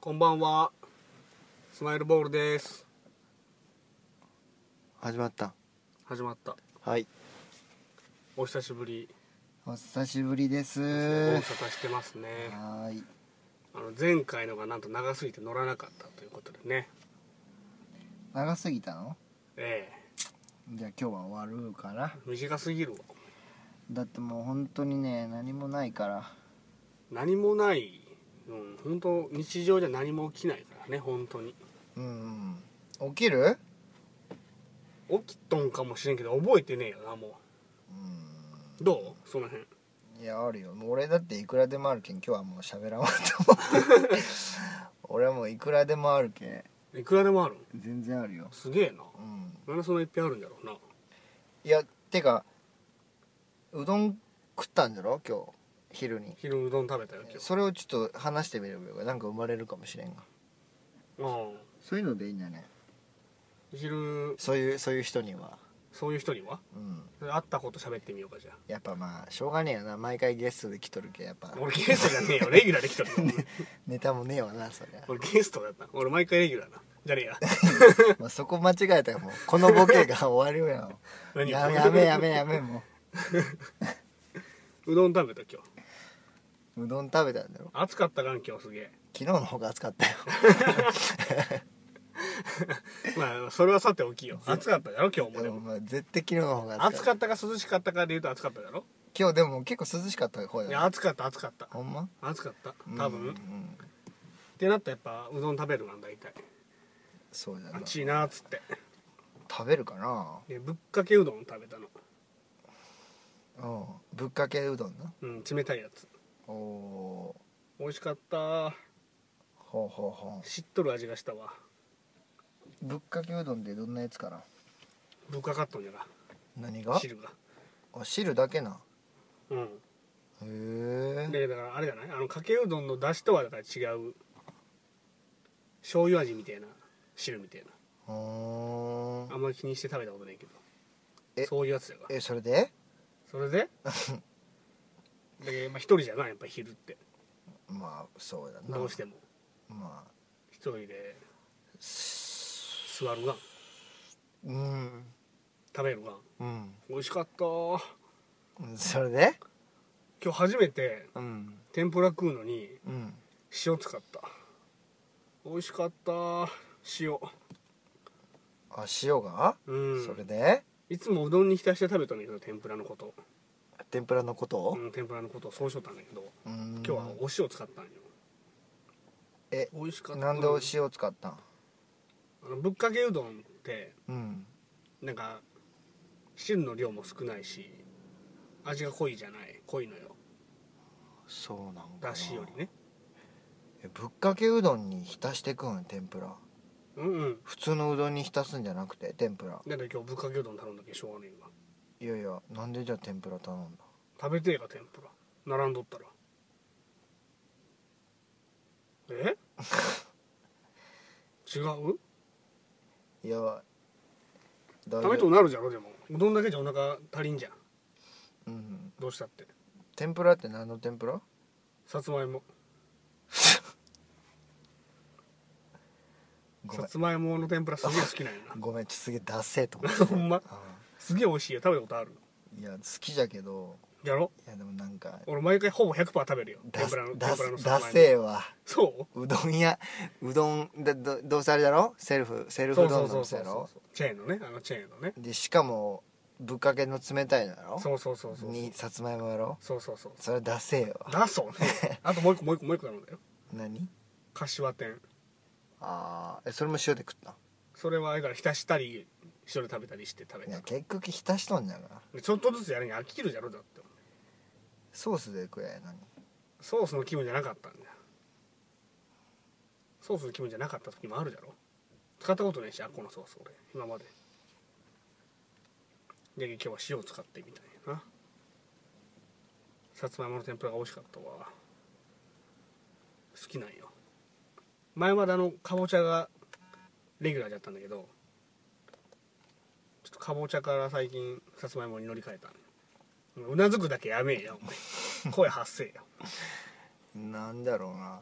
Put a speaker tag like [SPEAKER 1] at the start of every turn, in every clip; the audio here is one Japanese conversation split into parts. [SPEAKER 1] こんばんは。スマイルボールです。
[SPEAKER 2] 始まった
[SPEAKER 1] 始まった。
[SPEAKER 2] はい
[SPEAKER 1] お久しぶり。
[SPEAKER 2] お久しぶりです
[SPEAKER 1] ご無沙汰してますね。
[SPEAKER 2] はーい
[SPEAKER 1] あの前回のがなんと長すぎて乗らなかったということでね。
[SPEAKER 2] 長すぎたの
[SPEAKER 1] え
[SPEAKER 2] じゃあ今日は終わるかな
[SPEAKER 1] え短すぎるわ。
[SPEAKER 2] だってもう本当にね何もないから
[SPEAKER 1] 何もない。うん、本当日常じゃ何も起きないからね、本当に。
[SPEAKER 2] うん起きる
[SPEAKER 1] 起きとんかもしれんけど、覚えてねえよな、もう。どうその辺。
[SPEAKER 2] いやあるよもう俺だっていくらでもあるけん今日はもう喋らんわと思 って俺はもういくらでもあるけん
[SPEAKER 1] いくらでもあるん
[SPEAKER 2] 全然あるよ
[SPEAKER 1] すげえな。
[SPEAKER 2] うん
[SPEAKER 1] なんでそんないっぱいあるんだろうな。
[SPEAKER 2] いやてかうどん食ったんじゃろ今日昼に
[SPEAKER 1] 昼うどん食べたよ、今日。
[SPEAKER 2] それをちょっと話してみればよかなんか生まれるかもしれんが
[SPEAKER 1] う
[SPEAKER 2] そういうのでいいんだね
[SPEAKER 1] ん。昼、
[SPEAKER 2] そういうそういう人には
[SPEAKER 1] そういう人には
[SPEAKER 2] うん
[SPEAKER 1] 会ったこと喋ってみようかじゃあ
[SPEAKER 2] やっぱまあしょうがねえよな毎回ゲストで来とるけやっぱ
[SPEAKER 1] 俺ゲストじゃねえよレギュラーできとる の
[SPEAKER 2] ネタもねえわなそりゃ
[SPEAKER 1] 俺ゲストだった俺毎回レギュラーなじゃねえや
[SPEAKER 2] まあそこ間違えたらもうこのボケが終わるよ
[SPEAKER 1] 何
[SPEAKER 2] ややめやめやめも
[SPEAKER 1] うどん食べた今日
[SPEAKER 2] ううどん食べたんだろ
[SPEAKER 1] 暑かったから今日すげえ
[SPEAKER 2] 昨日の方が暑かっ たよ
[SPEAKER 1] まあそれはさておきよ暑かっただろ今日も
[SPEAKER 2] で
[SPEAKER 1] でも
[SPEAKER 2] もまあ絶対昨日の方が
[SPEAKER 1] 暑
[SPEAKER 2] 暑か
[SPEAKER 1] か
[SPEAKER 2] った
[SPEAKER 1] ったか涼しかったかで言うと暑かっただろ
[SPEAKER 2] 今日でも結構涼しかった方
[SPEAKER 1] い
[SPEAKER 2] や
[SPEAKER 1] や
[SPEAKER 2] な
[SPEAKER 1] 暑かった暑かった
[SPEAKER 2] ほんま
[SPEAKER 1] 暑かった多分、
[SPEAKER 2] うんう
[SPEAKER 1] っ
[SPEAKER 2] ん
[SPEAKER 1] てなったらやっぱうどん食べるなんだ大体
[SPEAKER 2] そうだな
[SPEAKER 1] 暑いなっつって
[SPEAKER 2] 食べるかな
[SPEAKER 1] でぶっかけうどん食べたの
[SPEAKER 2] うんぶっかけうどんな
[SPEAKER 1] うん冷たいやつ
[SPEAKER 2] おおー
[SPEAKER 1] 美味しかった
[SPEAKER 2] ほうほうほ
[SPEAKER 1] しっとる味がしたわ
[SPEAKER 2] うぶっかけうどんってどんなやつかな
[SPEAKER 1] ぶっかかっとんじゃ
[SPEAKER 2] 何
[SPEAKER 1] な
[SPEAKER 2] が
[SPEAKER 1] 汁が
[SPEAKER 2] あ汁だけな
[SPEAKER 1] うん
[SPEAKER 2] へえ
[SPEAKER 1] でだからあれじゃないあのかけうどんの出汁とはだから違う醤油味みたいな汁みたいなあんまり気にして食べたことないけ
[SPEAKER 2] え
[SPEAKER 1] どそういうやつだから
[SPEAKER 2] えそれで
[SPEAKER 1] それ でだけどまあ一人じゃないやっぱ昼って
[SPEAKER 2] まあそうだな
[SPEAKER 1] どうしても
[SPEAKER 2] まあ
[SPEAKER 1] 一人で座るがん
[SPEAKER 2] うん
[SPEAKER 1] 食べるがん
[SPEAKER 2] うん
[SPEAKER 1] 美味しかった今
[SPEAKER 2] それで
[SPEAKER 1] 日初めて
[SPEAKER 2] うん
[SPEAKER 1] 天ぷら食うのに
[SPEAKER 2] うん
[SPEAKER 1] 塩使った美味しかった塩
[SPEAKER 2] あ塩が、
[SPEAKER 1] うん
[SPEAKER 2] それで
[SPEAKER 1] いつもうどんに浸して食べたんだけど天ぷらのこと
[SPEAKER 2] 天ぷらのことを
[SPEAKER 1] うん、天ぷらのことをそうしとったんだけど
[SPEAKER 2] 今
[SPEAKER 1] 今日はお塩使ったんよ
[SPEAKER 2] え
[SPEAKER 1] 美味しかった
[SPEAKER 2] なんでお塩使ったん
[SPEAKER 1] あのぶっかけうどんって
[SPEAKER 2] うん
[SPEAKER 1] なんか汁の量も少ないし味が濃いじゃない濃いのよ
[SPEAKER 2] そうなんかな
[SPEAKER 1] だしよりね
[SPEAKER 2] えぶっかけうどんに浸してくん天ぷら
[SPEAKER 1] うんうん
[SPEAKER 2] 普通のうどんに浸すんじゃなくて天ぷら
[SPEAKER 1] だけど今日ぶっかけうどん頼んだけどしょうがねえわ
[SPEAKER 2] いやいやなんでじゃあ天ぷら頼んだ
[SPEAKER 1] 食べてえか天ぷら並んどったら え違う
[SPEAKER 2] いや大
[SPEAKER 1] 食べとなるじゃろでもうどんだけじゃお腹足りんじゃん
[SPEAKER 2] うん
[SPEAKER 1] どうしたって
[SPEAKER 2] 天ぷらって何の天ぷら
[SPEAKER 1] さつまいも
[SPEAKER 2] ごめ
[SPEAKER 1] さ
[SPEAKER 2] ん
[SPEAKER 1] つまいもの天ぷらすげえ好きなんやな
[SPEAKER 2] ごめんちょっとすげえダセえと思っ
[SPEAKER 1] ほんますげえ美味しいよ食べたことある
[SPEAKER 2] うんいや好きじゃけど
[SPEAKER 1] やろ
[SPEAKER 2] いやでもなんか
[SPEAKER 1] 俺毎回ほぼ100%食べるよ
[SPEAKER 2] ダ
[SPEAKER 1] 天
[SPEAKER 2] ス
[SPEAKER 1] ぷらの天
[SPEAKER 2] ダ
[SPEAKER 1] ぷらの
[SPEAKER 2] ス
[SPEAKER 1] さ
[SPEAKER 2] ダ
[SPEAKER 1] つまいも
[SPEAKER 2] セえわ
[SPEAKER 1] そう
[SPEAKER 2] どん屋うどんだどどうせあれだろセルフセ
[SPEAKER 1] う
[SPEAKER 2] ル
[SPEAKER 1] そ
[SPEAKER 2] フ
[SPEAKER 1] ううそ
[SPEAKER 2] ど
[SPEAKER 1] うん
[SPEAKER 2] の
[SPEAKER 1] そうそ
[SPEAKER 2] 店
[SPEAKER 1] う
[SPEAKER 2] やろ
[SPEAKER 1] チェーンのねあのチェーンのね
[SPEAKER 2] でしかもぶっかけの冷たいのやろ
[SPEAKER 1] そうそうそうそう
[SPEAKER 2] にさつまいもやろ
[SPEAKER 1] そうそうそう
[SPEAKER 2] それはダセえわ
[SPEAKER 1] だそうねあともう一個もう一個もう一個頼んだよ
[SPEAKER 2] 何
[SPEAKER 1] 柏天
[SPEAKER 2] あーえそれも塩で食った
[SPEAKER 1] それはだから浸したり塩で食べたりして食べ
[SPEAKER 2] いや
[SPEAKER 1] た
[SPEAKER 2] 結局浸しとんじゃな
[SPEAKER 1] でちょっとずつやるに飽きるじゃろだって
[SPEAKER 2] ソースで食えやのに
[SPEAKER 1] ソースの気分じゃなかったんだよソースの気分じゃなかった時もあるじゃろ使ったことないしあっこのソース俺今までで今日は塩を使ってみたいなさつまいもの天ぷらが美味しかったわ好きなんよ前まであのかぼちゃがレギュラーだったんだけどちょっとかぼちゃから最近さつまいもに乗り換えたうなずくだけやめえよお前声発せえよ
[SPEAKER 2] なんだろうな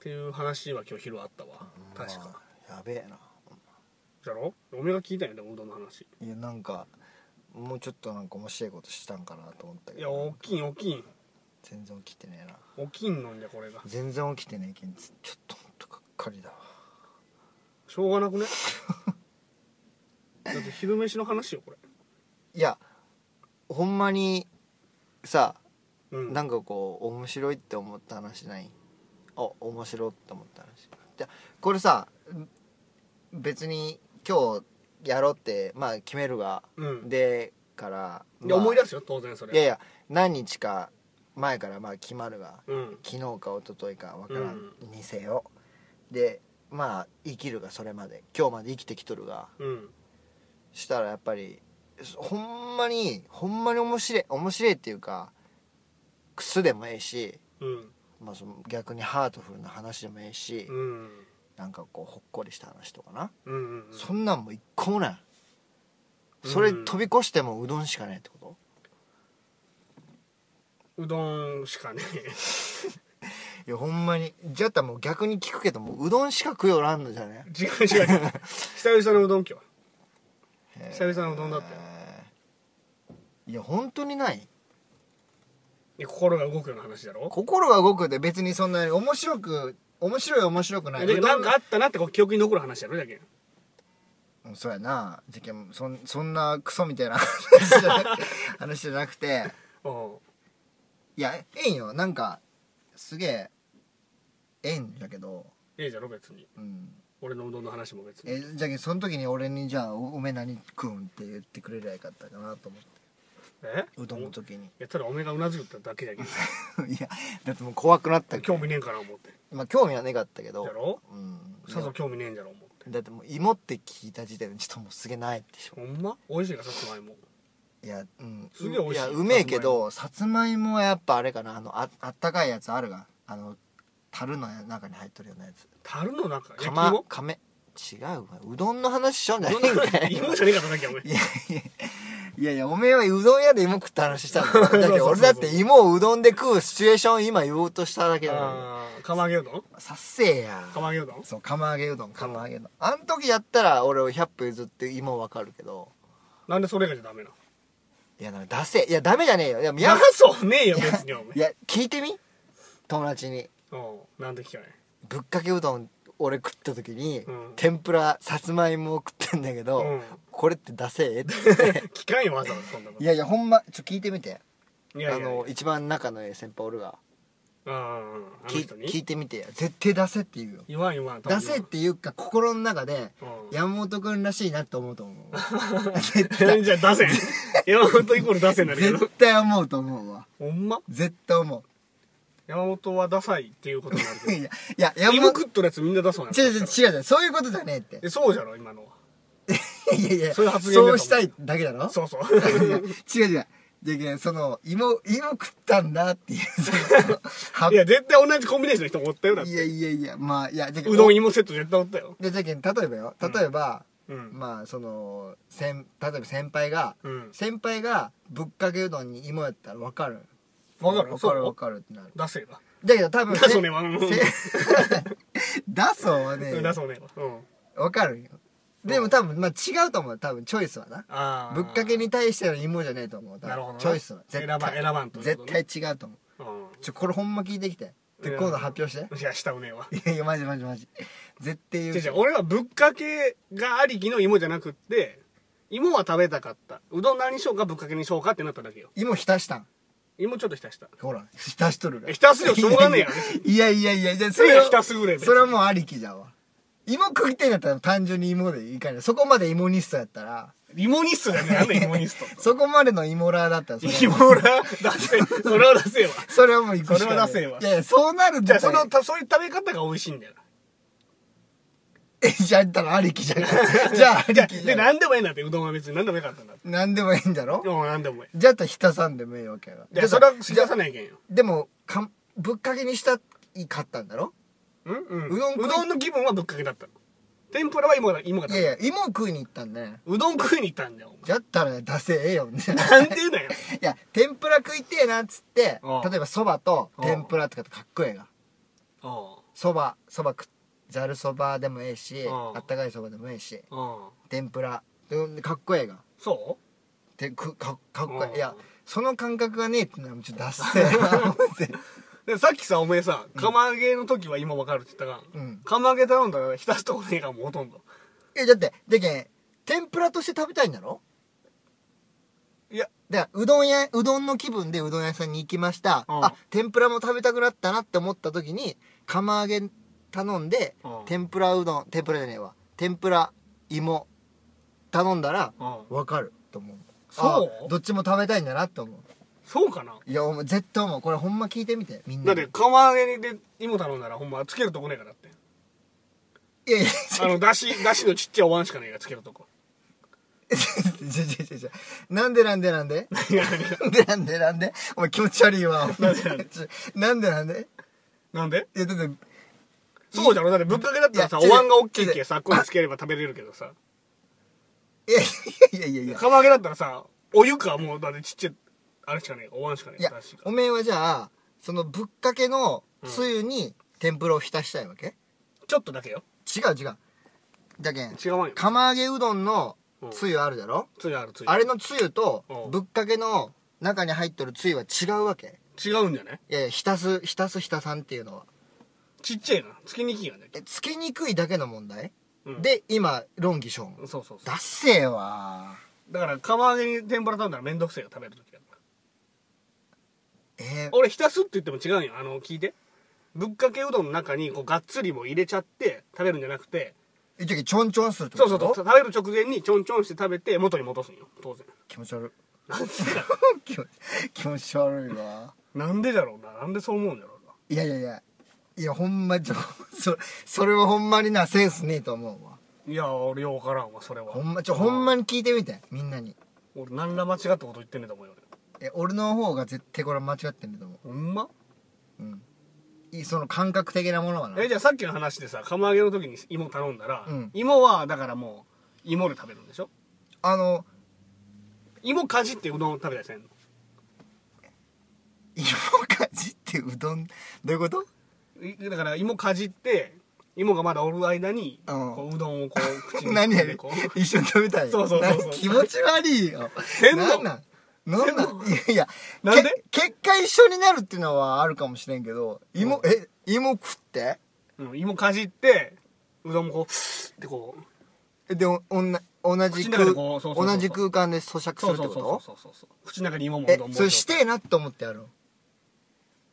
[SPEAKER 1] ていう話は今日昼あったわ確か
[SPEAKER 2] まあやべえな
[SPEAKER 1] じゃろおめが聞いたんやでもうどんの話
[SPEAKER 2] いやなんかもうちょっとなんか面白いことしたんかなと思った
[SPEAKER 1] い
[SPEAKER 2] け
[SPEAKER 1] や
[SPEAKER 2] ど
[SPEAKER 1] 大きいん大きいん
[SPEAKER 2] 全然起きてねえな
[SPEAKER 1] 大きいんなんじゃこれが
[SPEAKER 2] 全然起きてねえけんちょっとほんとがっかりだわ
[SPEAKER 1] しょうが なくねだって昼飯の話よこれ
[SPEAKER 2] いやほんまにさ
[SPEAKER 1] うん
[SPEAKER 2] なんかこう面白いって思った話ないあ面白いって思った話じゃこれさん別に今日やろうってまあ決めるが、
[SPEAKER 1] うん
[SPEAKER 2] でから、
[SPEAKER 1] いや思い出
[SPEAKER 2] す
[SPEAKER 1] すよ当然それ
[SPEAKER 2] いやいや何日か前からまあ決まるが
[SPEAKER 1] うん
[SPEAKER 2] 昨日か一昨日かわからん
[SPEAKER 1] う
[SPEAKER 2] にせよ、でまあ生きるがそれまで今日まで生きてきとるが
[SPEAKER 1] うん
[SPEAKER 2] したらやっぱりほんまにほんまに面白い面白いっていうかクスでもええし、
[SPEAKER 1] うん
[SPEAKER 2] まあ、その逆にハートフルな話でもええし、
[SPEAKER 1] うん
[SPEAKER 2] なんかこうほっこりした話とかな、
[SPEAKER 1] うんうん
[SPEAKER 2] そんなんも一個もないそれ
[SPEAKER 1] うん
[SPEAKER 2] 飛び越してもうどんしかないってこと、
[SPEAKER 1] うどんしかね
[SPEAKER 2] いやほんまにじゃったらもう逆に聞くけどもううどんしか食いおらんのじゃね
[SPEAKER 1] 違う違う久々のうどん今
[SPEAKER 2] へー
[SPEAKER 1] 久々のうどんだったよ
[SPEAKER 2] いや本当にない
[SPEAKER 1] 日心が動くような話だろ
[SPEAKER 2] 心が動くで別にそんなに面白く面白い面白くない
[SPEAKER 1] で
[SPEAKER 2] うど
[SPEAKER 1] なんかあったなってこう記憶に残る話やろだけん
[SPEAKER 2] うんそうやな事件そんそんなクソみたいな 話じゃなく話じゃなくて
[SPEAKER 1] おう
[SPEAKER 2] いやええんよなんかすげえええんやけど、
[SPEAKER 1] ええじゃろ別に
[SPEAKER 2] うん、
[SPEAKER 1] 俺のうどんの話も別に
[SPEAKER 2] えじゃけその時に俺にじゃあ「おおめ何食うん?」って言ってくれりゃよかったかなと思って
[SPEAKER 1] え
[SPEAKER 2] うどんの
[SPEAKER 1] い
[SPEAKER 2] 時に
[SPEAKER 1] やただおめえがうなずいただけじゃけん
[SPEAKER 2] いやだってもう怖くなった
[SPEAKER 1] 興味ねえんかな思って
[SPEAKER 2] まあ興味はねかったけど
[SPEAKER 1] やろ
[SPEAKER 2] うん
[SPEAKER 1] さぞ興味ねえんじゃろ思って
[SPEAKER 2] だってもう芋って聞いた時点でちょっともうすげえないでしょ
[SPEAKER 1] ほんま美味しいかさつまいも
[SPEAKER 2] いやうん
[SPEAKER 1] すげえ美味しい
[SPEAKER 2] やうめえけどさつまいもはやっぱあれかなあのああったかいやつあるがあの樽の中に入っとるようなやつ
[SPEAKER 1] 樽の中焼き
[SPEAKER 2] 釜
[SPEAKER 1] 芋
[SPEAKER 2] 亀違うわうどんの話しちゃうんじゃないん
[SPEAKER 1] 芋
[SPEAKER 2] かい
[SPEAKER 1] 芋じゃねえかとだけおめえ
[SPEAKER 2] いやいやいやいやおめえはうどん屋で芋食った話し たんだよだって俺だって芋をうどんで食うシチュエーション今言おうとしただけだよ
[SPEAKER 1] あー釜揚げうどん
[SPEAKER 2] さっせえや
[SPEAKER 1] 釜揚げうどん
[SPEAKER 2] そう釜揚げうどん釜揚げうどんあん時やったら俺を100歩譲って芋わかるけど
[SPEAKER 1] なんでそれがじゃダメなの
[SPEAKER 2] いやなんか出せいやダメじゃねえよいや
[SPEAKER 1] いや
[SPEAKER 2] 宮
[SPEAKER 1] そうねえよ別におめ
[SPEAKER 2] いや聞いてみ友達に
[SPEAKER 1] えおうなんで聞かない
[SPEAKER 2] ぶっかけうどん俺食った時に、
[SPEAKER 1] うん
[SPEAKER 2] 天ぷらさつまいもを食ってんだけど、
[SPEAKER 1] うん
[SPEAKER 2] これって出せえって言って
[SPEAKER 1] 聞かんよわざわざそんなこと
[SPEAKER 2] い
[SPEAKER 1] い
[SPEAKER 2] やいやほんまちょっと聞いてみて
[SPEAKER 1] やいやいや
[SPEAKER 2] あの一番仲のええ先輩俺が
[SPEAKER 1] あーうんあの
[SPEAKER 2] 聞い
[SPEAKER 1] 人
[SPEAKER 2] 聞い
[SPEAKER 1] に
[SPEAKER 2] てみてや絶対出せって言うよ
[SPEAKER 1] 言わん言わん多
[SPEAKER 2] 出
[SPEAKER 1] 分
[SPEAKER 2] せっていうか心の中で
[SPEAKER 1] うん
[SPEAKER 2] 山本君らしいなって思うと思う絶
[SPEAKER 1] 言わん
[SPEAKER 2] 対
[SPEAKER 1] じゃあ出せん 山本イコール出 せんなるけど
[SPEAKER 2] 絶対思うと思うわ
[SPEAKER 1] ほんま
[SPEAKER 2] 絶対思
[SPEAKER 1] 山本はダサいっていうことになる
[SPEAKER 2] う
[SPEAKER 1] け
[SPEAKER 2] いやいや
[SPEAKER 1] ど
[SPEAKER 2] 山
[SPEAKER 1] 芋
[SPEAKER 2] 本
[SPEAKER 1] 食っとるやつみんな出そうや
[SPEAKER 2] 違う違う違う違うそういうことじゃねえって
[SPEAKER 1] えそうじゃろ今のはい
[SPEAKER 2] やいや
[SPEAKER 1] そういう発言だと思う
[SPEAKER 2] そうしたいだけだろ
[SPEAKER 1] そうそう
[SPEAKER 2] いや違う違うでけんその芋芋食ったんだっていうそのはい
[SPEAKER 1] や絶対同じコンビネーションの人もおったよだって
[SPEAKER 2] いやいやいやまあいやじゃけ
[SPEAKER 1] うどん
[SPEAKER 2] い
[SPEAKER 1] 芋セット絶対おったよ
[SPEAKER 2] やじゃけん例えばよ例えば、
[SPEAKER 1] うん
[SPEAKER 2] まあその先例えば先輩が、
[SPEAKER 1] うん
[SPEAKER 2] 先輩がぶっかけうどんに芋やったら分かる
[SPEAKER 1] わかる
[SPEAKER 2] 分かる
[SPEAKER 1] そう
[SPEAKER 2] 分かるってなる
[SPEAKER 1] 出せば
[SPEAKER 2] だけど多分
[SPEAKER 1] 出そうねはうん
[SPEAKER 2] だそうはね
[SPEAKER 1] 出そうねはうん
[SPEAKER 2] 分かるよでも多分まあ違うと思う多分チョイスはな
[SPEAKER 1] ああ
[SPEAKER 2] ぶっかけに対しての芋じゃねえと思う多分
[SPEAKER 1] なるほどな
[SPEAKER 2] チョイスは絶対
[SPEAKER 1] 選ば選ばんということね
[SPEAKER 2] 絶対違うと思う
[SPEAKER 1] う
[SPEAKER 2] ちょこれほんま聞いてきてで今度発表して
[SPEAKER 1] んいや下うねえわ
[SPEAKER 2] いやいやマジマジマジ絶対言う
[SPEAKER 1] 違う違う俺はぶっかけがありきの芋じゃなくって芋は食べたかったうどん何しようかぶっかけにしようかってなっただけよ
[SPEAKER 2] 芋浸したん
[SPEAKER 1] 芋ちょっと浸した
[SPEAKER 2] ほら浸しとるが
[SPEAKER 1] え浸すよしょうがねえやろ
[SPEAKER 2] いやいやいやじゃあそ
[SPEAKER 1] 手
[SPEAKER 2] れ
[SPEAKER 1] が
[SPEAKER 2] は
[SPEAKER 1] 浸すぐらいで
[SPEAKER 2] それはもうありきじゃわ芋食いてんやったら単純に芋でいいかねそこまで芋ニストやったら
[SPEAKER 1] 芋ニストだねあんな芋ニスト
[SPEAKER 2] そこまでの芋ラーだったらそれは
[SPEAKER 1] 芋ら出せそれは出せえわ
[SPEAKER 2] それはもう行くしか
[SPEAKER 1] それは出せよ
[SPEAKER 2] いやいやそうなるん
[SPEAKER 1] じゃ
[SPEAKER 2] だ
[SPEAKER 1] あそのたそういう食べ方が美味しいんだよ
[SPEAKER 2] えじゃあったらありきじゃんじゃあ あ
[SPEAKER 1] じゃ
[SPEAKER 2] り
[SPEAKER 1] あ
[SPEAKER 2] きじ
[SPEAKER 1] で
[SPEAKER 2] ゃん
[SPEAKER 1] 何でもええなんだってうどんは別に何でもよかったんだって
[SPEAKER 2] 何でもいいんだろ
[SPEAKER 1] もう何でもえ
[SPEAKER 2] じゃあったら浸さんでもいいわけやから
[SPEAKER 1] えい
[SPEAKER 2] じゃ
[SPEAKER 1] や
[SPEAKER 2] あ
[SPEAKER 1] それは知らさないけんよ
[SPEAKER 2] でもかんぶっかけにしたいかったんだろ
[SPEAKER 1] うんうん
[SPEAKER 2] うどん食いう
[SPEAKER 1] どんの気分はぶっかけだったの天ぷらは芋が芋が
[SPEAKER 2] い
[SPEAKER 1] 食
[SPEAKER 2] や
[SPEAKER 1] べ
[SPEAKER 2] い
[SPEAKER 1] た
[SPEAKER 2] や芋を食いに行ったんだね
[SPEAKER 1] うどん食いに行ったんだよお
[SPEAKER 2] じゃったら出せえよね
[SPEAKER 1] 前 なんで言うなよ
[SPEAKER 2] いや天ぷら食いてえなっつって
[SPEAKER 1] うん
[SPEAKER 2] 例えばそばと
[SPEAKER 1] うん
[SPEAKER 2] 天ぷらとかってかっこええが
[SPEAKER 1] お
[SPEAKER 2] そばそばくざるそばでもええし
[SPEAKER 1] うん
[SPEAKER 2] あったかいそばでもええし
[SPEAKER 1] うん
[SPEAKER 2] 天ぷらうんかっこええが
[SPEAKER 1] そ
[SPEAKER 2] てくかかっこえ
[SPEAKER 1] うん
[SPEAKER 2] えいやその感覚がねえってのはちょっとダッセーな 思って
[SPEAKER 1] うでさっきさおめえさ釜揚げの時は今わかるって言った
[SPEAKER 2] う
[SPEAKER 1] が、
[SPEAKER 2] ん
[SPEAKER 1] 釜揚げ頼んだら浸すとこねえからもうほとんど
[SPEAKER 2] いやだってでけん天ぷらとして食べたいんだろ
[SPEAKER 1] いや
[SPEAKER 2] だからうどん屋うどんの気分でうどん屋さんに行きました、
[SPEAKER 1] うん
[SPEAKER 2] あ天ぷらも食べたくなったなって思った時に釜揚げ頼んで、
[SPEAKER 1] うん
[SPEAKER 2] 天ぷらうどん天ぷらじゃねえわ天ぷら芋頼んだら
[SPEAKER 1] うん
[SPEAKER 2] 分かると思う
[SPEAKER 1] そう
[SPEAKER 2] あどっちも食べたいんだなって思う
[SPEAKER 1] そうかない
[SPEAKER 2] やお前絶対思うこれほんま聞いてみてみん
[SPEAKER 1] だ
[SPEAKER 2] な
[SPEAKER 1] っ
[SPEAKER 2] に
[SPEAKER 1] て釜揚げで芋頼んだらほんまつけるとこねえからだって
[SPEAKER 2] いやいや
[SPEAKER 1] あのだしだしのちっちゃいお椀しかねえからつけるとこ
[SPEAKER 2] ちょちょちょちょなんでなんでな んで
[SPEAKER 1] いやいや
[SPEAKER 2] なんでなんでなんでお前気持ち悪いわ
[SPEAKER 1] なんでなんで
[SPEAKER 2] ちょなんでなんで
[SPEAKER 1] なんで
[SPEAKER 2] いやだって
[SPEAKER 1] そうじゃろだってぶっかけだったらさ
[SPEAKER 2] いや
[SPEAKER 1] お椀が大きい
[SPEAKER 2] 違う
[SPEAKER 1] けさこにつければ食べれるけどさ
[SPEAKER 2] いやいやいやいやいや
[SPEAKER 1] 釜揚げだったらさお湯かもうだってちっちゃいあれしかねえお椀しかね
[SPEAKER 2] い
[SPEAKER 1] え
[SPEAKER 2] や
[SPEAKER 1] だしが
[SPEAKER 2] おめえはじゃあそのぶっかけのつゆに天ぷらを浸したいわけ、
[SPEAKER 1] ちょっとだけよ
[SPEAKER 2] 違う違うだけん
[SPEAKER 1] 違うわんよ
[SPEAKER 2] 釜揚げうどんの
[SPEAKER 1] うん
[SPEAKER 2] つゆあるだろ、
[SPEAKER 1] つゆあるつゆ
[SPEAKER 2] あれのつゆと
[SPEAKER 1] うん
[SPEAKER 2] ぶっかけの中に入っとるつゆは違うわけ
[SPEAKER 1] 違うんじゃない
[SPEAKER 2] いやいや浸す浸す浸さんっていうのは
[SPEAKER 1] ちっちゃいなつけにきいがね
[SPEAKER 2] えつけにくいだけの問題、
[SPEAKER 1] うん
[SPEAKER 2] で今論議しょん
[SPEAKER 1] そうそうそ
[SPEAKER 2] だっせえわ
[SPEAKER 1] うだから釜揚げに天ぷら頼んだらめんどくせえよ食べる時だから
[SPEAKER 2] えー
[SPEAKER 1] 俺浸すって言っても違うんよあの聞いてぶっかけうどんの中にこうがっつりも入れちゃって食べるんじゃなくて
[SPEAKER 2] えじゃあちょんちょんするってこ
[SPEAKER 1] そう
[SPEAKER 2] と
[SPEAKER 1] そうそう食べる直前にちょんちょんして食べて元に戻すんよ当然
[SPEAKER 2] 気持ち悪
[SPEAKER 1] なんでだろ
[SPEAKER 2] い 気持ち 気持ち悪いわ
[SPEAKER 1] うなんでだろうななんでそう思うんだろうない
[SPEAKER 2] やいやいやいやほんまちょ そそれはほんまになセンスねえと思うわ
[SPEAKER 1] いや俺ようわからんわそれは
[SPEAKER 2] ほんまちょほんまに聞いてみてみんなに
[SPEAKER 1] 俺何ら間違ったこと言ってねえと思うよ
[SPEAKER 2] え俺の方が絶対これ間違ってんだと思
[SPEAKER 1] 俺ほんま
[SPEAKER 2] ううんいその感覚的なものはな
[SPEAKER 1] えじゃあさっきの話でさ釜揚げの時に芋頼んだら、
[SPEAKER 2] うん
[SPEAKER 1] 芋はだからもう芋で食べるんでしょ
[SPEAKER 2] あの
[SPEAKER 1] 芋かじってうどんを食べたりせんの
[SPEAKER 2] 芋かじってうどんどういうこと
[SPEAKER 1] いだから芋かじって芋がまだおる間に
[SPEAKER 2] うん
[SPEAKER 1] こううどんをこう 口に
[SPEAKER 2] 何や
[SPEAKER 1] 入れて
[SPEAKER 2] ね
[SPEAKER 1] こう
[SPEAKER 2] 一緒に食べたい
[SPEAKER 1] そうそうそうそう
[SPEAKER 2] な気持ち悪いよ
[SPEAKER 1] せんの
[SPEAKER 2] なんなんなんなんいやいや
[SPEAKER 1] なんで
[SPEAKER 2] け結果一緒になるっていうのはあるかもしれんけど芋、
[SPEAKER 1] う
[SPEAKER 2] え芋食って
[SPEAKER 1] うん、芋かじってうどんもこうってこう
[SPEAKER 2] でおおんな同じ
[SPEAKER 1] 口の中
[SPEAKER 2] 空
[SPEAKER 1] でこうそうそうそうそう
[SPEAKER 2] 同じ空間で咀嚼す
[SPEAKER 1] そ
[SPEAKER 2] る
[SPEAKER 1] うそ
[SPEAKER 2] って
[SPEAKER 1] うそう
[SPEAKER 2] こ
[SPEAKER 1] そうそうそう口の中に芋も
[SPEAKER 2] とえ
[SPEAKER 1] うどんも
[SPEAKER 2] それしてえなって思ってやろ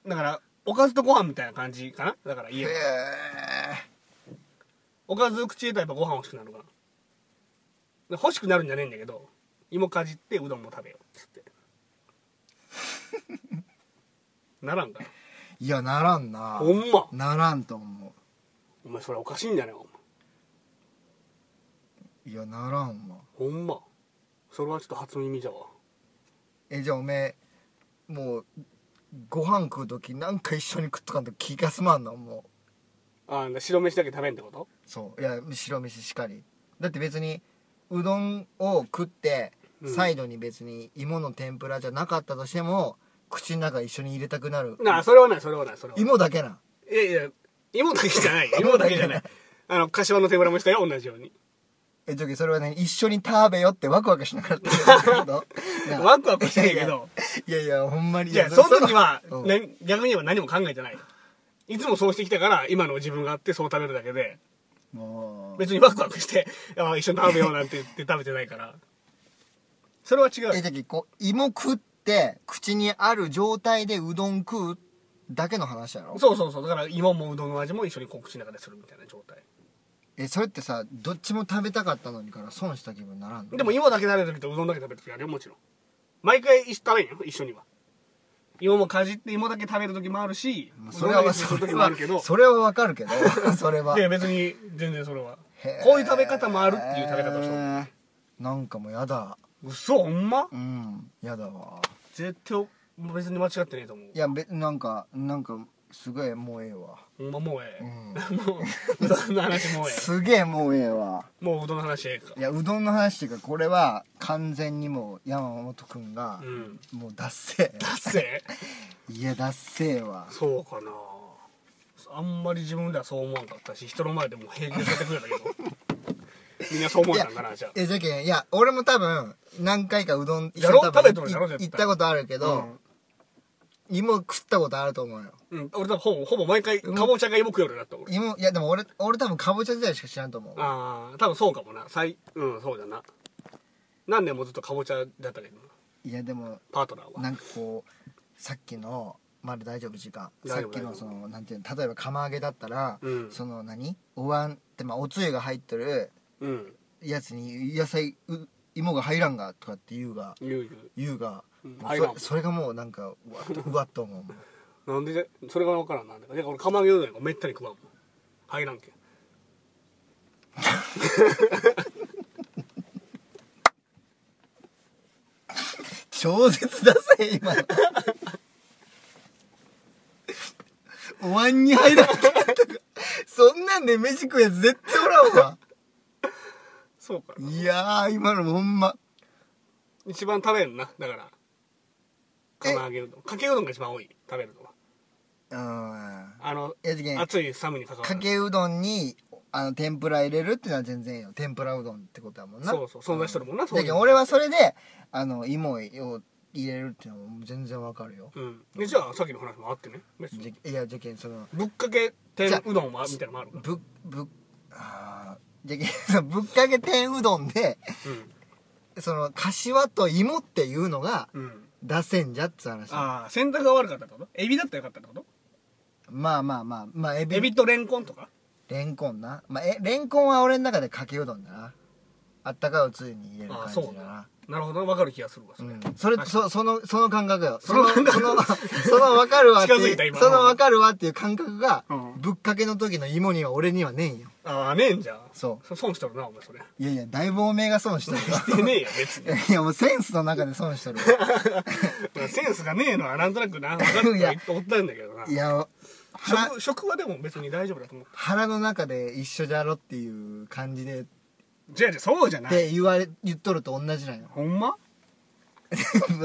[SPEAKER 2] う
[SPEAKER 1] だからおかずとご飯みたいな感じかなだから
[SPEAKER 2] へ
[SPEAKER 1] 家
[SPEAKER 2] え
[SPEAKER 1] おかず口入れたらやっぱご飯欲しくなるからで欲しくなるんじゃねえんだけど芋かじってうどんも食べようっつって ならんか
[SPEAKER 2] いやならんな
[SPEAKER 1] ほんま
[SPEAKER 2] ならんと思
[SPEAKER 1] お前それおかしいんじゃねえか
[SPEAKER 2] ういやならんわ
[SPEAKER 1] お前ほんまそれはちょっと初耳じゃわ
[SPEAKER 2] えじゃあおめえもうご飯食う時なんか一緒に食っとかんと気が済まんのも
[SPEAKER 1] あー白飯だけ食べんってこと
[SPEAKER 2] うそういや白飯しかりだって別にうどんを食って
[SPEAKER 1] うん
[SPEAKER 2] サイドに別に芋の天ぷらじゃなかったとしても口の中一緒に入れたくなる
[SPEAKER 1] なあそれはないそれはないそれはない
[SPEAKER 2] 芋だけなん
[SPEAKER 1] いやいや芋だけじゃないよ芋だけじゃ ないあの柏の手ぶらもしたよ同じように
[SPEAKER 2] え、じゃあそれはね、一緒に食べよってワクワクしながら食べるのなあ
[SPEAKER 1] ワクワクしてないけど
[SPEAKER 2] いやいや、ほんまに。
[SPEAKER 1] いやその時は、
[SPEAKER 2] うん
[SPEAKER 1] な逆に言えば何も考えてないいつもそうしてきたから今の自分があってそう食べるだけで
[SPEAKER 2] もう
[SPEAKER 1] 別にワクワクしてあー一緒に食べようなんて言って食べてないからそれは違
[SPEAKER 2] え、
[SPEAKER 1] う
[SPEAKER 2] じゃあこう、芋食って、口にある状態でうどん食うだけの話やろ
[SPEAKER 1] そうそうそうだから芋もうどんの味も一緒にこう口の中でするみたいな状態
[SPEAKER 2] え、それってさ、どっちも食べたかったのにから損した気分ならんの
[SPEAKER 1] でも芋だけ食べる時とうどんだけ食べる時あるよもちろん毎回一緒食べんよ一緒には芋もかじって芋だけ食べる時もあるし
[SPEAKER 2] まあそれは、
[SPEAKER 1] そ
[SPEAKER 2] そ
[SPEAKER 1] る時
[SPEAKER 2] れ
[SPEAKER 1] もあ
[SPEAKER 2] は
[SPEAKER 1] るけど、
[SPEAKER 2] それはわかるけど、 それは。
[SPEAKER 1] いや別に全然それは
[SPEAKER 2] へー
[SPEAKER 1] こういう食べ方もあるっていう食べ方をし
[SPEAKER 2] へーなんかもうやだ。
[SPEAKER 1] うそほんま
[SPEAKER 2] うん、やだわ。
[SPEAKER 1] 絶対別に間違ってねえと思う
[SPEAKER 2] いや、べ、なんか、なんか、すごいもうええわ。
[SPEAKER 1] ほんまもうええ、
[SPEAKER 2] ん
[SPEAKER 1] もううどんの話もうえ
[SPEAKER 2] すげえもうええわ
[SPEAKER 1] えもううどんの話ええか
[SPEAKER 2] いやうどんの話っていうかこれは完全にもう山本くんが
[SPEAKER 1] う、ん
[SPEAKER 2] もう脱せ
[SPEAKER 1] だっせ
[SPEAKER 2] えいや脱せえわ
[SPEAKER 1] そうかなあんまり自分ではそう思わんかったし人の前でも平気でやってくれ たけどみんなそう思えたんかなじゃあ
[SPEAKER 2] いやじゃけんいや俺も多分何回かうどん一
[SPEAKER 1] やろ
[SPEAKER 2] 緒に多分
[SPEAKER 1] 食べとるやろ絶対
[SPEAKER 2] い行ったことあるけど、芋食ったことあると思うよ
[SPEAKER 1] うん、うん、俺多分ほぼほぼ毎回かぼちゃが芋食うようになった俺、
[SPEAKER 2] 芋いやでも俺俺多分かぼちゃ時代しか知らんと思う
[SPEAKER 1] ああ多分そうかもな最うんそうだな何年もずっとかぼちゃだったけどない
[SPEAKER 2] やでも
[SPEAKER 1] パートナーは
[SPEAKER 2] なんかこうさっきのまだ大丈夫時間さ
[SPEAKER 1] 大丈
[SPEAKER 2] っ
[SPEAKER 1] 夫
[SPEAKER 2] き
[SPEAKER 1] 大丈
[SPEAKER 2] の
[SPEAKER 1] 夫
[SPEAKER 2] そのなんていうの例えば釜揚げだったら、
[SPEAKER 1] うん
[SPEAKER 2] その何お椀ってまあおつゆが入ってる
[SPEAKER 1] うん
[SPEAKER 2] やつに野菜う芋が入らんがとかって言うが
[SPEAKER 1] 言う言う
[SPEAKER 2] 言う
[SPEAKER 1] う
[SPEAKER 2] が、
[SPEAKER 1] ん
[SPEAKER 2] もう
[SPEAKER 1] 入らん
[SPEAKER 2] そそれがもうなんかうわっとうわっと思うもん
[SPEAKER 1] なんででそれが分からんなんだかだから俺釜揚げうどんやからめったに食わんもん入らんけん
[SPEAKER 2] 超絶だぜ今お椀に入らんかったからそんなんで飯食うやつ絶対おらんわ
[SPEAKER 1] そうか
[SPEAKER 2] いやー今のもほんま
[SPEAKER 1] 一番食べんなだから
[SPEAKER 2] え
[SPEAKER 1] 釜揚げうどんかけうどんが一番多い食べるのは
[SPEAKER 2] うん
[SPEAKER 1] あの
[SPEAKER 2] いや次元
[SPEAKER 1] 暑い寒いにかかわら
[SPEAKER 2] か
[SPEAKER 1] ず
[SPEAKER 2] けうどんにあの天ぷら入れるってのは全然いいよ天ぷらうどんってことだもんな
[SPEAKER 1] そうそう存在しとるもんなそうい
[SPEAKER 2] だ
[SPEAKER 1] う
[SPEAKER 2] け
[SPEAKER 1] の
[SPEAKER 2] ど俺はそれであの芋を入れるっていうのも全然わかるよ、
[SPEAKER 1] うんでじゃあさっきの話もあってね別に
[SPEAKER 2] じいやじゃけんその
[SPEAKER 1] ぶっかけ天うどんはみたいなのもあるか
[SPEAKER 2] ぶぶあーじゃけん そのぶっかけ天うどんで
[SPEAKER 1] ら
[SPEAKER 2] その柏と芋っていうのが
[SPEAKER 1] うん、うん、
[SPEAKER 2] 出せんじゃっつう話
[SPEAKER 1] ああ選択が悪かったってことエビだったらよかったってこと
[SPEAKER 2] まあまあまあまあエビ
[SPEAKER 1] エビとレンコンとか
[SPEAKER 2] レンコンな、まあ、えレンコンは俺の中でかけうどんだなあったかいおつゆに入れる
[SPEAKER 1] あ
[SPEAKER 2] 感
[SPEAKER 1] あ
[SPEAKER 2] じ
[SPEAKER 1] そ
[SPEAKER 2] だ
[SPEAKER 1] う
[SPEAKER 2] な
[SPEAKER 1] だなるほどわかる気がするわそれ、
[SPEAKER 2] それ、
[SPEAKER 1] 確
[SPEAKER 2] そ、その、その感覚 よ。そ
[SPEAKER 1] そ
[SPEAKER 2] の、
[SPEAKER 1] の感
[SPEAKER 2] その、
[SPEAKER 1] 覚
[SPEAKER 2] その分かるわって
[SPEAKER 1] 近づいた
[SPEAKER 2] いう、
[SPEAKER 1] 今
[SPEAKER 2] その分かるわっていう感覚が
[SPEAKER 1] う、ん
[SPEAKER 2] ぶっかけの時の芋には俺にはねえんよ。
[SPEAKER 1] ああねえんじゃん
[SPEAKER 2] そ
[SPEAKER 1] そ損しとるなお前それ
[SPEAKER 2] う。いやいや、だいぶおめえが損 して
[SPEAKER 1] して
[SPEAKER 2] るよ。
[SPEAKER 1] ねえよ別に
[SPEAKER 2] いや、もうセンスの中で損してるよ。
[SPEAKER 1] センスがねえのはなんとなくな分かって
[SPEAKER 2] いや
[SPEAKER 1] はいおったんだけどない
[SPEAKER 2] や、腹、
[SPEAKER 1] 食食はでも別に大丈夫だと思う
[SPEAKER 2] 腹の中で一緒じゃろっていう感じで、っ
[SPEAKER 1] じゃあじゃあそうじゃない
[SPEAKER 2] て言われ、言っとると同じなんよ。
[SPEAKER 1] ほんま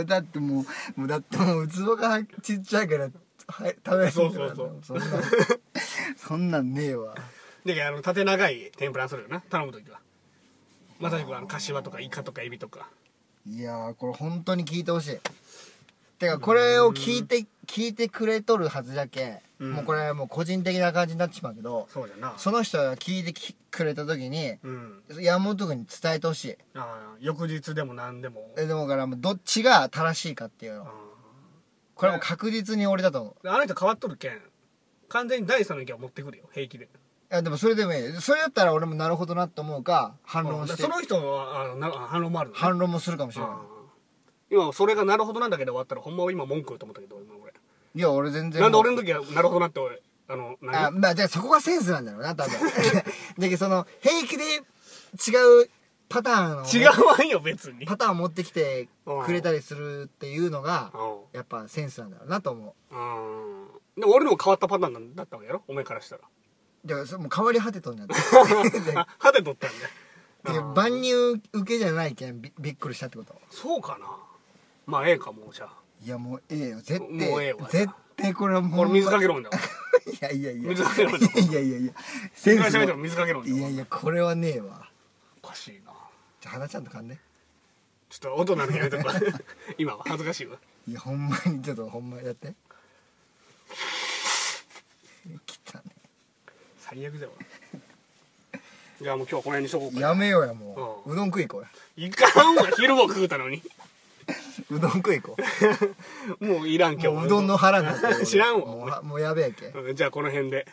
[SPEAKER 2] だって もう、もうだってもう、器がちっちゃいから、はい、食べれんからな
[SPEAKER 1] そう
[SPEAKER 2] そんな、そんなんねえわ。
[SPEAKER 1] だけどあの縦長い天ぷらにするよな頼む時はまさしくあの柏とかイカとかエビとか
[SPEAKER 2] いやーこれ本当に聞いてほしいてかこれを聞いて聞いてくれとるはずじゃけ、
[SPEAKER 1] うん
[SPEAKER 2] もうこれもう個人的な感じになってしまうけど
[SPEAKER 1] そうじゃな
[SPEAKER 2] その人が聞いてきくれた時に
[SPEAKER 1] うん
[SPEAKER 2] 山本君に伝えてほしい
[SPEAKER 1] ああ翌日でも何でも
[SPEAKER 2] えでもだからもうどっちが正しいかっていう
[SPEAKER 1] あ
[SPEAKER 2] のこれはもう確実に俺だと思う
[SPEAKER 1] ああの人変わっとるけん完全に第三の意見を持ってくるよ平気で
[SPEAKER 2] いやでもそれでもいいそれだったら俺もなるほどなと思うか反
[SPEAKER 1] う
[SPEAKER 2] 論
[SPEAKER 1] ん
[SPEAKER 2] して
[SPEAKER 1] その人はあのな反論もあるのね
[SPEAKER 2] 反論もするかもしれない
[SPEAKER 1] ああ今それがなるほどなんだけど終わったらほんま今文句言うと思ったけど今俺
[SPEAKER 2] いや俺全然
[SPEAKER 1] なんで俺の時はなるほどなって俺あの何
[SPEAKER 2] あまあじゃあそこがセンスなんだろうな 多分だけどその平気で違うパターンを
[SPEAKER 1] 違うわんよ別に
[SPEAKER 2] パターンを持ってきてくれたりするっていうのが
[SPEAKER 1] う
[SPEAKER 2] やっぱセンスなんだろうなと思
[SPEAKER 1] んでも俺のも変わったパターンなんだったわけやろお前から したら
[SPEAKER 2] うでもそれもう変わり果てとんじゃって
[SPEAKER 1] あ歯で取ったん
[SPEAKER 2] で
[SPEAKER 1] だあー
[SPEAKER 2] 万人受けじゃないけんびびっくりしたってこと
[SPEAKER 1] そうかなまあええかもうじゃあ
[SPEAKER 2] いやもうええよ絶
[SPEAKER 1] もうええ
[SPEAKER 2] 対
[SPEAKER 1] わ
[SPEAKER 2] 絶対これはも
[SPEAKER 1] こ
[SPEAKER 2] う
[SPEAKER 1] れ水かけ
[SPEAKER 2] ろ
[SPEAKER 1] 論だわ
[SPEAKER 2] いやいやいや
[SPEAKER 1] 水かけろ
[SPEAKER 2] いやいやいやセ
[SPEAKER 1] 一
[SPEAKER 2] ン
[SPEAKER 1] 回
[SPEAKER 2] ス
[SPEAKER 1] 喋っても
[SPEAKER 2] の
[SPEAKER 1] 水かけ論だわ
[SPEAKER 2] いやいやこれはねえわ
[SPEAKER 1] おかしいな
[SPEAKER 2] じゃあ花ちゃんとかんね
[SPEAKER 1] ちょっと音なるのやめとくわ 今は恥ずかしいわ
[SPEAKER 2] いやほんまにちょっとほんまやって きたね
[SPEAKER 1] 最悪だわじゃあもう今日はこの辺にしとこうか
[SPEAKER 2] やめようやもう
[SPEAKER 1] う
[SPEAKER 2] うどん食い行こ
[SPEAKER 1] いかんわ昼も食うたのに
[SPEAKER 2] うやうどん食い行こ
[SPEAKER 1] もういらん
[SPEAKER 2] う
[SPEAKER 1] 今日
[SPEAKER 2] も
[SPEAKER 1] は
[SPEAKER 2] ううどんの腹になって る
[SPEAKER 1] 知らんわ
[SPEAKER 2] も
[SPEAKER 1] お
[SPEAKER 2] うはもうやべえけ
[SPEAKER 1] 前うんじゃあこの辺で